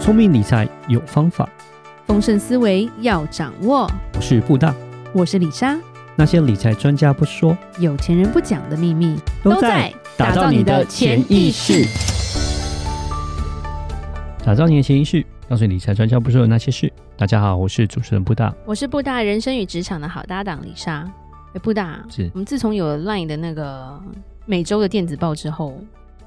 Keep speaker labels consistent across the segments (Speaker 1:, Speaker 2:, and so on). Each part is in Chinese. Speaker 1: 聪明理财有方法，
Speaker 2: 丰盛思维要掌握。
Speaker 1: 我是布大。
Speaker 2: 我是李莎，
Speaker 1: 那些理财专家不说，
Speaker 2: 有钱人不讲的秘密
Speaker 1: 打造你的潜意识。，打造你的潜意识，告诉你理财专家不说的那些事。大家好，我是主持人布大。
Speaker 2: 我是布大人生与职场的好搭档李莎。哎，布大，
Speaker 1: 是
Speaker 2: 我们自从有了 LINE 的那个每周的电子报之后，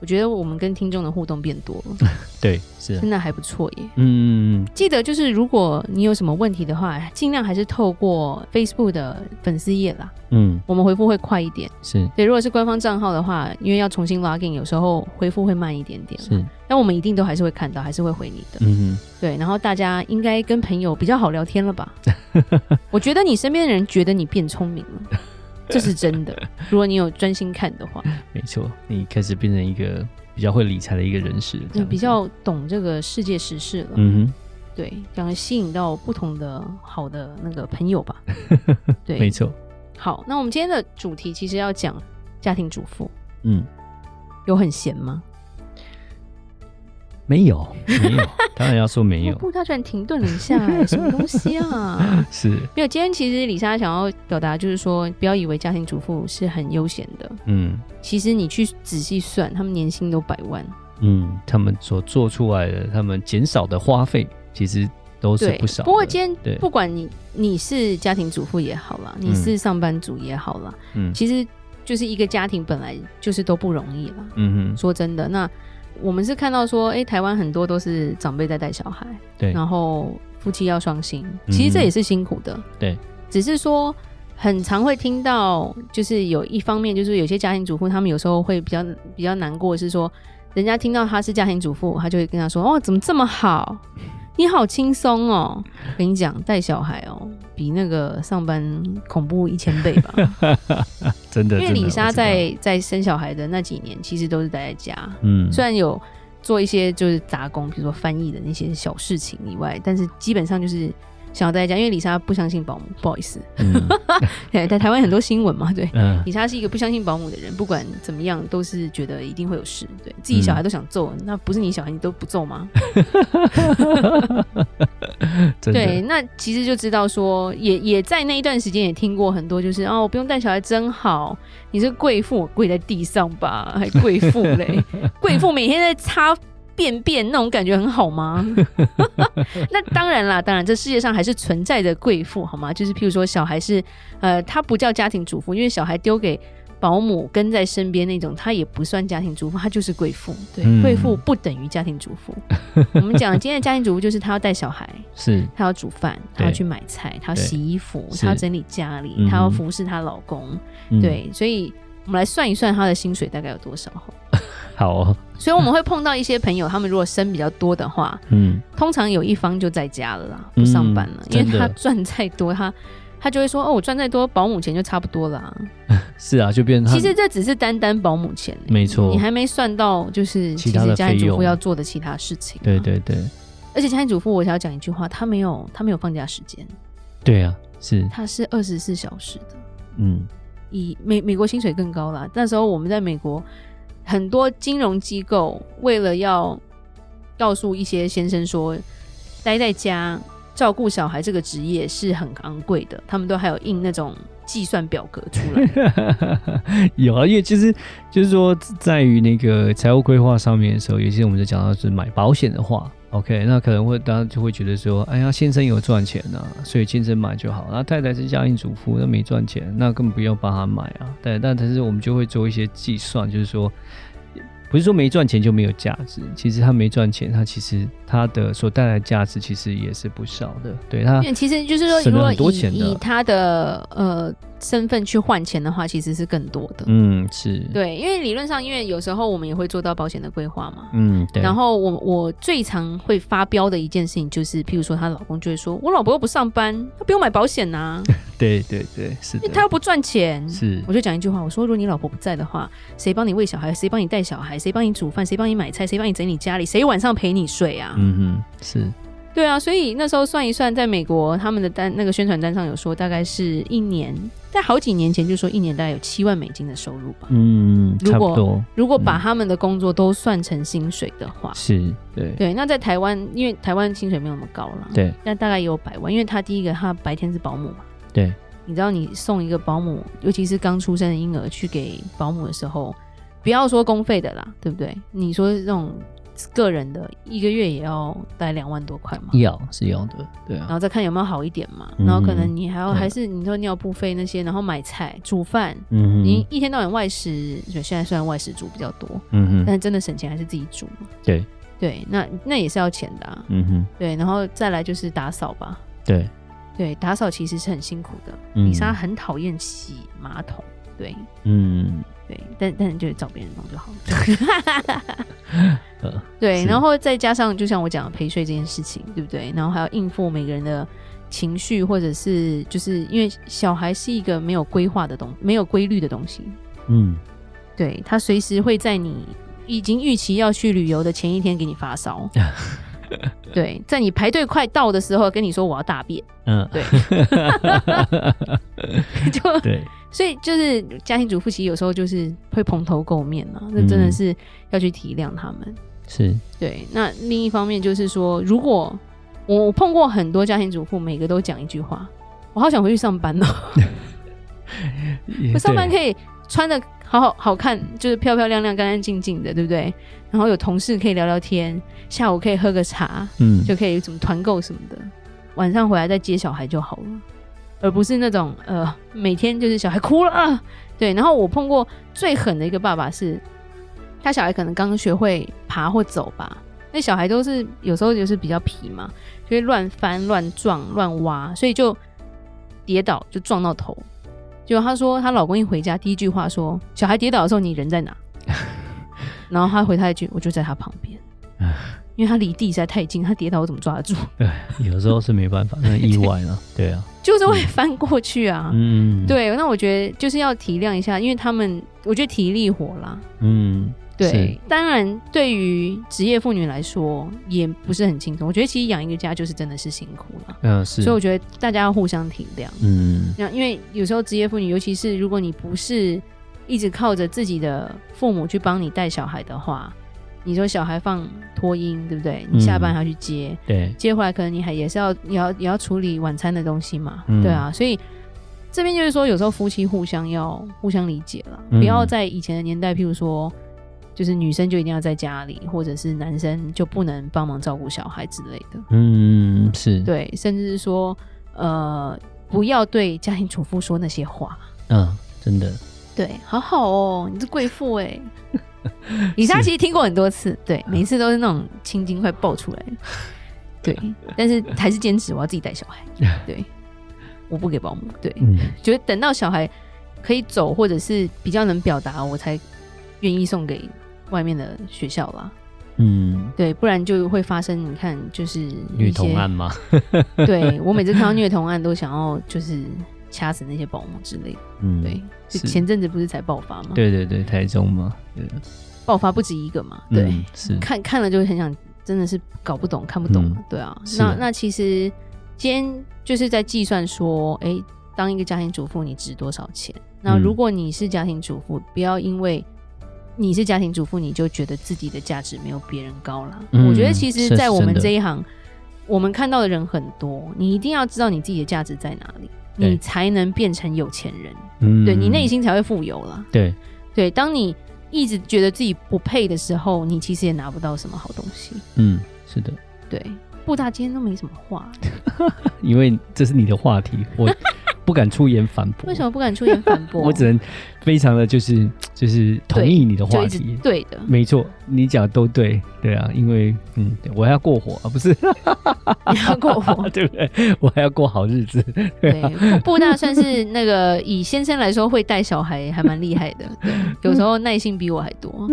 Speaker 2: 我觉得我们跟听众的互动变多了，
Speaker 1: 对，是，
Speaker 2: 真的还不错耶。
Speaker 1: 嗯，
Speaker 2: 记得就是，如果你有什么问题的话，尽量还是透过 Facebook 的粉丝页啦，
Speaker 1: 嗯，
Speaker 2: 我们回复会快一点。
Speaker 1: 是，
Speaker 2: 对，如果是官方账号的话，因为要重新 login，有时候回复会慢一点点。
Speaker 1: 是，
Speaker 2: 但我们一定都还是会看到，还是会回你的。
Speaker 1: 嗯，
Speaker 2: 对，然后大家应该跟朋友比较好聊天 了吧？我觉得你身边的人觉得你变聪明了，这是真 的。如果你有专心看的话，
Speaker 1: 没错，你开始变成一个比较会理财的一个人士，这
Speaker 2: 你
Speaker 1: 样
Speaker 2: 比
Speaker 1: 子，
Speaker 2: 较懂这个世界时事了。
Speaker 1: 嗯
Speaker 2: 对，然后吸引到不同的好的那个朋 友吧。
Speaker 1: 哼，没
Speaker 2: 对，
Speaker 1: 错，
Speaker 2: 好，那我们今天的主题其实要讲家庭主妇
Speaker 1: 嗯，
Speaker 2: 有很闲吗？
Speaker 1: 没有，没有，当然要说没
Speaker 2: 哦
Speaker 1: 有，
Speaker 2: 不，他居然停顿了一下、哎什么东西啊？
Speaker 1: 是，
Speaker 2: 没有，今天其实李莎想要表达就是说，不要以为家庭主妇是很悠闲的，
Speaker 1: 嗯
Speaker 2: 其实你去仔细算，他们年薪都百万，
Speaker 1: 嗯，他们所做出来的，他们减少的花费，其实都是
Speaker 2: 对。
Speaker 1: 不少的。
Speaker 2: 不过今
Speaker 1: 对
Speaker 2: 天不管你你是家庭主妇也好啦，你是上班族也好啦，
Speaker 1: 嗯
Speaker 2: 其实就是一个家庭本来就是都不容易啦。
Speaker 1: 嗯哼，
Speaker 2: 说真的，那我们是看到说，哎、台湾很多都是长辈在带小孩，
Speaker 1: 对嗯
Speaker 2: 然后夫妻要双薪，
Speaker 1: 哼
Speaker 2: 其实这也是辛苦的。
Speaker 1: 对，
Speaker 2: 只是说很常会听到，就是有一方面就是有些家庭主妇，他们有时候会比较比较难过，是说人家听到她是家庭主妇，他就会跟她说：“哦，怎么这么好？你好轻松哦！”跟你讲，带小孩哦，比那个上班恐怖一千倍 吧。
Speaker 1: 真的，
Speaker 2: 因为
Speaker 1: 真的
Speaker 2: 李莎，
Speaker 1: 我知道
Speaker 2: 在在生小孩的那几年，其实都是待在家。
Speaker 1: 嗯，
Speaker 2: 虽然有做一些就是杂工，比如说翻译的那些小事情以外，但是基本上就是想要待在家，因为李莎不相信保姆，不好意思，
Speaker 1: 嗯
Speaker 2: 对，在台湾很多新闻嘛，对。
Speaker 1: 嗯
Speaker 2: 李莎是一个不相信保姆的人，不管怎么样都是觉得一定会有事，对自己小孩都想揍，那不是你小孩你都不揍吗？
Speaker 1: 真的，
Speaker 2: 对，那其实就知道说，也也在那一段时间也听过很多，就是哦，我不用带小孩真好，你是贵妇，我跪在地上吧， 还贵妇嘞， 贵妇每天在擦便便，那种感觉很好 吗？那当然啦，当然，这世界上还是存在着贵妇，好吗？就是譬如说，小孩是呃，她不叫家庭主妇，因为小孩丢给。保姆跟在身边那种，她也不算家庭主妇，她就是贵妇。对，
Speaker 1: 嗯
Speaker 2: 贵妇不等于家庭主妇。我们讲今天的家庭主妇就是她要带小孩，
Speaker 1: 是
Speaker 2: 她要煮饭，她要
Speaker 1: 对
Speaker 2: 去买菜，她要
Speaker 1: 对
Speaker 2: 洗衣服，
Speaker 1: 是
Speaker 2: 她要整理家里，
Speaker 1: 嗯哼嗯
Speaker 2: 她要服侍她老公。，对，所以我们来算一算她的薪水大概有多少哈。
Speaker 1: 嗯好哦，
Speaker 2: 所以我们会碰到一些朋友，他们如果生比较多的话，
Speaker 1: 嗯
Speaker 2: 通常有一方就在家了啦，不上班了，
Speaker 1: 嗯
Speaker 2: 因为
Speaker 1: 真的
Speaker 2: 他赚再多，他他就会说哦，我赚再多，保姆钱就差不多啦。
Speaker 1: 是啊，就变成
Speaker 2: 其实这只是单单保姆钱、欸
Speaker 1: 没错
Speaker 2: 你还没算到就是
Speaker 1: 其
Speaker 2: 其
Speaker 1: 他的
Speaker 2: 实家庭
Speaker 1: 费
Speaker 2: 主
Speaker 1: 用
Speaker 2: 妇要做的其他事情、啊
Speaker 1: 对，对对
Speaker 2: 而且家庭主妇，我想要讲一句话，她没有她没有放假时间，
Speaker 1: 对啊，是
Speaker 2: 她是二十四小时的。
Speaker 1: 嗯
Speaker 2: 以美美国薪水更高啦。那时候我们在美国，很多金融机构为了要告诉一些先生说，待在家照顾小孩这个职业是很昂贵的，他们都还有印那种计算表格出 来。
Speaker 1: 有啊，因为其实就是说，在于那个财务规划上面的时候，有些我们就讲到是买保险的话，OK，那可能会大家就会觉得说，哎呀，先生有赚钱呐、所以先生买就好。那太太是家庭主妇，那没赚钱，那更不用帮他买啊。对，但但是我们就会做一些计算，就是说。不是说没赚钱就没有价值，其实他没赚钱，他其实他的所带来的价值其实也是不少的。对他
Speaker 2: 因，为其实就是说，
Speaker 1: 省
Speaker 2: 如
Speaker 1: 了
Speaker 2: 果
Speaker 1: 很多
Speaker 2: 以
Speaker 1: 钱的
Speaker 2: 以他的呃身份去换钱的话，其实是更多的。
Speaker 1: 嗯，是，，
Speaker 2: 对，因为理论上，因为有时候我们也会做到保险的规划嘛，
Speaker 1: 嗯，对，
Speaker 2: 然后我我最常会发飙的一件事情就是，譬如说她老公就会说：“我老婆又不上班，她不用买保险呐、
Speaker 1: 对对 对，是
Speaker 2: 因为嗯
Speaker 1: 的，
Speaker 2: 她又不赚钱。”
Speaker 1: 是
Speaker 2: 我就讲一句话，我说：“如果你老婆不在的话，谁帮你喂小孩？谁帮你
Speaker 1: 嗯
Speaker 2: 带小孩？谁帮你煮饭？谁帮你买菜？谁帮你整理家里？谁晚上陪你睡啊？
Speaker 1: 嗯哼，是，
Speaker 2: 对啊，所以那时候算一算，在美国他们的单那个宣传单上有说，大概是一年，在好几年前就说一年大概有七万美金的收入吧。
Speaker 1: 嗯，
Speaker 2: 如
Speaker 1: 差
Speaker 2: 果
Speaker 1: 不多
Speaker 2: 如果把他们的工作都算成薪水的话，
Speaker 1: 是，对
Speaker 2: 对，那在台湾，因为台湾薪水没有那么高啦，
Speaker 1: 对
Speaker 2: 那大概也有百万，因为他第一个他白天是保姆嘛，
Speaker 1: 对，
Speaker 2: 你知道你送一个保姆，尤其是刚出生的婴儿去给保姆的时候，不要说公费的啦，对不对？你说这种个人的，一个月也要大概两万多块嘛，
Speaker 1: 要是要的，对
Speaker 2: 然
Speaker 1: 啊，
Speaker 2: 后再看有没有好一点嘛，
Speaker 1: 嗯
Speaker 2: 然后可能你还要
Speaker 1: 对
Speaker 2: 还是你说尿布费那些，然后买菜煮饭，
Speaker 1: 嗯
Speaker 2: 你
Speaker 1: 哼
Speaker 2: 一天到晚外食，就现在虽然外食煮比较多，
Speaker 1: 嗯
Speaker 2: 但
Speaker 1: 哼
Speaker 2: 是真的省钱还是自己煮嘛。
Speaker 1: 对
Speaker 2: 对，那那也是要钱的、啊，
Speaker 1: 嗯哼
Speaker 2: 对，然后再来就是打扫吧，
Speaker 1: 对，
Speaker 2: 对，打扫其实是很辛苦的，
Speaker 1: 嗯
Speaker 2: 米莎很讨厌洗马桶，对
Speaker 1: 嗯
Speaker 2: 对，但但就找别人弄就好 了。
Speaker 1: 呃
Speaker 2: 对，
Speaker 1: 是
Speaker 2: 然后再加上就像我讲的陪睡这件事情，对不对？然后还要应付每个人的情绪，或者是就是因为小孩是一个没有规划的东，没有规律的东西，
Speaker 1: 嗯
Speaker 2: 对他随时会在你已经预期要去旅游的前一天给你 发烧。对，在你排队快到的时候跟你说我要大便，
Speaker 1: 嗯
Speaker 2: 对就
Speaker 1: 对，
Speaker 2: 所以就是家庭主妇其实有时候就是会蓬头垢面嘛，那真的
Speaker 1: 嗯
Speaker 2: 是要去体谅他们。
Speaker 1: 是
Speaker 2: 对，那另一方面就是说，如果我我碰过很多家庭主妇，每个都讲一句话：“我好想回去上班哦，我上 班
Speaker 1: 对
Speaker 2: 可以穿的好好好看，就是漂漂亮亮、干干净净的，对不对？然后有同事可以聊聊天，下午可以喝个茶，
Speaker 1: 嗯
Speaker 2: 就可以怎么团购什么的，晚上回来再接小孩就好了，而不是那种呃每天就是小孩哭了啊，对。然后我碰过最狠的一个爸爸是，他小孩可能刚学会爬或走吧，那小孩都是有时候就是比较皮嘛，就会乱翻、乱撞、乱挖，所以就跌倒就撞到头。结果她说，她老公一回家第一句话说：“小孩跌倒的时候你人在哪？” 然后她回他一句：“我就在他旁边。”因为他离地实在太近，他跌倒我怎么抓得住？
Speaker 1: 有时候是没办法，那意外了，对啊，
Speaker 2: 就是会翻过去啊。
Speaker 1: 嗯，
Speaker 2: 对，那我觉得就是要体谅一下，因为他们我觉得体力活啦。
Speaker 1: 嗯
Speaker 2: 对
Speaker 1: 是，
Speaker 2: 当然对于职业妇女来说也不是很轻松。我觉得其实养一个家就是真的是辛苦了，
Speaker 1: 嗯是，
Speaker 2: 所以我觉得大家要互相体谅。
Speaker 1: 嗯
Speaker 2: 那因为有时候职业妇女，尤其是如果你不是一直靠着自己的父母去帮你带小孩的话，你说小孩放托婴，对不对？你下班
Speaker 1: 嗯
Speaker 2: 还要去接，
Speaker 1: 对
Speaker 2: 接回来可能你还也是要也要也要处理晚餐的东西嘛，
Speaker 1: 嗯
Speaker 2: 对啊，所以这边就是说，有时候夫妻互相要互相理解了，
Speaker 1: 嗯
Speaker 2: 不要在以前的年代，譬如说，就是女生就一定要在家里，或者是男生就不能帮忙照顾小孩之类的，
Speaker 1: 嗯是，
Speaker 2: 对，甚至是说，呃，不要对家庭主妇说那些话，
Speaker 1: 嗯真的
Speaker 2: 对，好好哦，你是贵妇 哎、以上其实听过很多次，对，
Speaker 1: 嗯
Speaker 2: 每一次都是那种青筋快爆出来 了，对，但是还是坚持我要自己带小 孩，对，我不给保姆，对，
Speaker 1: 嗯
Speaker 2: 觉得等到小孩可以走或者是比较能表达，我才愿意送给外面的学校啦，
Speaker 1: 嗯
Speaker 2: 对，不然就会发生你看就是
Speaker 1: 女
Speaker 2: 一
Speaker 1: 童
Speaker 2: 些
Speaker 1: 案嘛，
Speaker 2: 对我每次看到虐童案都想要就是掐死那些保姆之类的，
Speaker 1: 嗯
Speaker 2: 对，就是前阵子不是才爆发吗？
Speaker 1: 对对对，台中嘛，对
Speaker 2: 爆发不止一个嘛，对，
Speaker 1: 嗯是，
Speaker 2: 看看了就会很想，真的是搞不懂、看不懂，
Speaker 1: 嗯
Speaker 2: 对啊。
Speaker 1: 是
Speaker 2: 那
Speaker 1: 的
Speaker 2: 那其实今天就是在计算说，哎、当一个家庭主妇你值多少钱？那
Speaker 1: 嗯
Speaker 2: 如果你是家庭主妇，不要因为你是家庭主妇，你就觉得自己的价值没有别人高啦。
Speaker 1: 嗯
Speaker 2: 我觉得其实，
Speaker 1: 是
Speaker 2: 在我
Speaker 1: 真
Speaker 2: 们
Speaker 1: 的
Speaker 2: 这一行，我们看到的人很多，你一定要知道你自己的价值在哪里，
Speaker 1: 对
Speaker 2: 你才能变成有钱人，
Speaker 1: 嗯
Speaker 2: 对你内心才会富有啦。
Speaker 1: 对
Speaker 2: 对，当你一直觉得自己不配的时候，你其实也拿不到什么好东西。
Speaker 1: 嗯是的，
Speaker 2: 对，布大今天都没什么话，
Speaker 1: 因为这是你的话题， 我不敢出言反驳，
Speaker 2: 为什么不敢出言反驳？
Speaker 1: 我只能非常的就是就是同意你的
Speaker 2: 就
Speaker 1: 话
Speaker 2: 一直
Speaker 1: 题，，
Speaker 2: 对的
Speaker 1: 没错，你讲得都对，对啊，因为嗯，对我还要过火啊，不是，
Speaker 2: 你要过我。
Speaker 1: 对不对？我还要过好日子，
Speaker 2: 对，
Speaker 1: 啊
Speaker 2: 布布大算是那个以先生来说会带小孩还蛮厉害的，对，有时候耐性比我还多。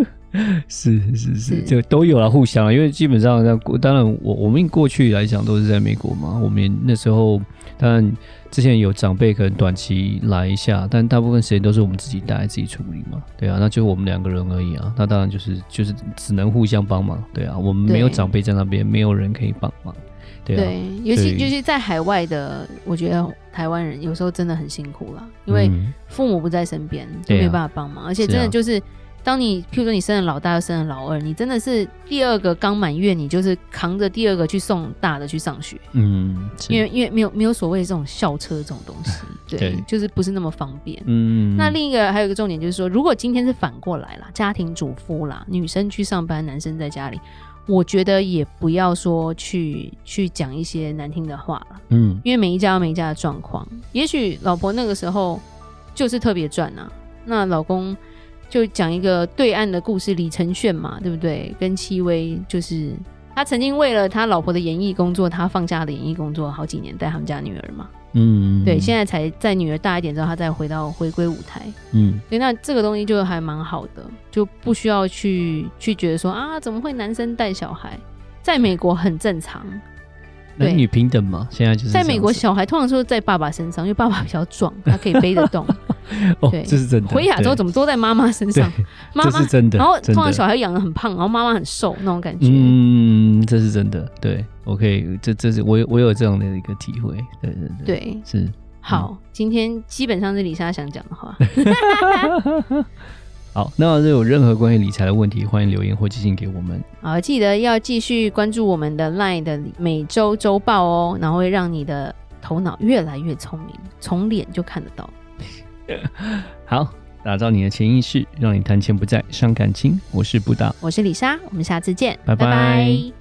Speaker 1: 是是是，
Speaker 2: 是
Speaker 1: 就都有啦，互相啦，因为基本上在国，当然我我们过去来讲都是在美国嘛，我们那时候当然之前有长辈可能短期来一下，但大部分时间都是我们自己带自己处理嘛，对啊，那就我们两个人而已啊，那当然就是就是只能互相帮忙，对啊，我们没有
Speaker 2: 对
Speaker 1: 长辈在那边，没有人可以帮忙， 对啊，
Speaker 2: 对，尤其
Speaker 1: 对
Speaker 2: 就是在海外的，我觉得台湾人有时候真的很辛苦啦，因为
Speaker 1: 嗯
Speaker 2: 父母不在身边，就
Speaker 1: 对啊
Speaker 2: 没有办法帮忙，而且
Speaker 1: 是啊
Speaker 2: 真的就是。当你譬如说你生了老大又生了老二，你真的是第二个刚满月，你就是扛着第二个去送大的去上学，
Speaker 1: 嗯，是
Speaker 2: 因为因为没有没有所谓这种校车这种东西，对，
Speaker 1: 对
Speaker 2: 就是不是那么方便。
Speaker 1: 嗯，
Speaker 2: 那另一个还有一个重点就是说，如果今天是反过来啦，家庭主妇啦，女生去上班，男生在家里，我觉得也不要说去去讲一些难听的话啦，
Speaker 1: 嗯
Speaker 2: 因为每一家有每一家的状况，也许老婆那个时候就是特别赚啊，那老公就讲一个对岸的故事，李承铉嘛，对不对？跟戚薇就是。他曾经为了他老婆的演艺工作，他放下他的演艺工作好几年，带他们家女儿嘛。
Speaker 1: 嗯，
Speaker 2: 对，现
Speaker 1: 在
Speaker 2: 在才在女儿大一点之后，他再回到回归舞台。
Speaker 1: 嗯
Speaker 2: 对，那这个东西就还蛮好的，就不需要去去觉得说啊，怎么会男生带小孩？在美国很正常，
Speaker 1: 男女平等嘛，现在就是嗯
Speaker 2: 在
Speaker 1: 这
Speaker 2: 美
Speaker 1: 样
Speaker 2: 国
Speaker 1: 子
Speaker 2: 小孩通常说在爸爸身上，因为 爸爸比较壮，他可以背得 动。
Speaker 1: 哦，
Speaker 2: 对
Speaker 1: 这是真的，
Speaker 2: 回亚洲怎么都在妈妈身
Speaker 1: 对
Speaker 2: 上？妈
Speaker 1: 这
Speaker 2: 妈
Speaker 1: 是，真的，
Speaker 2: 然后
Speaker 1: 真
Speaker 2: 通常
Speaker 1: 的
Speaker 2: 小孩养得很胖，然后妈妈很瘦那种感觉。
Speaker 1: 嗯，这是真的，对，OK，这这是我有我有这样的一个体会，对对对，
Speaker 2: 对，
Speaker 1: 是，
Speaker 2: 好，今天基本上是李莎想讲 的话。
Speaker 1: 好，那如果有任何关于理财的问题，欢迎留言或寄信给我们。
Speaker 2: 好，记得要继续关注我们的 LINE 的每周周报哦，然后会让你的头脑越来越聪明，从脸就看得到。
Speaker 1: 好，打造你的潜意识，让你谈钱不再伤感情。我是布达，
Speaker 2: 我是李莎，我们下次见，
Speaker 1: 拜拜
Speaker 2: 拜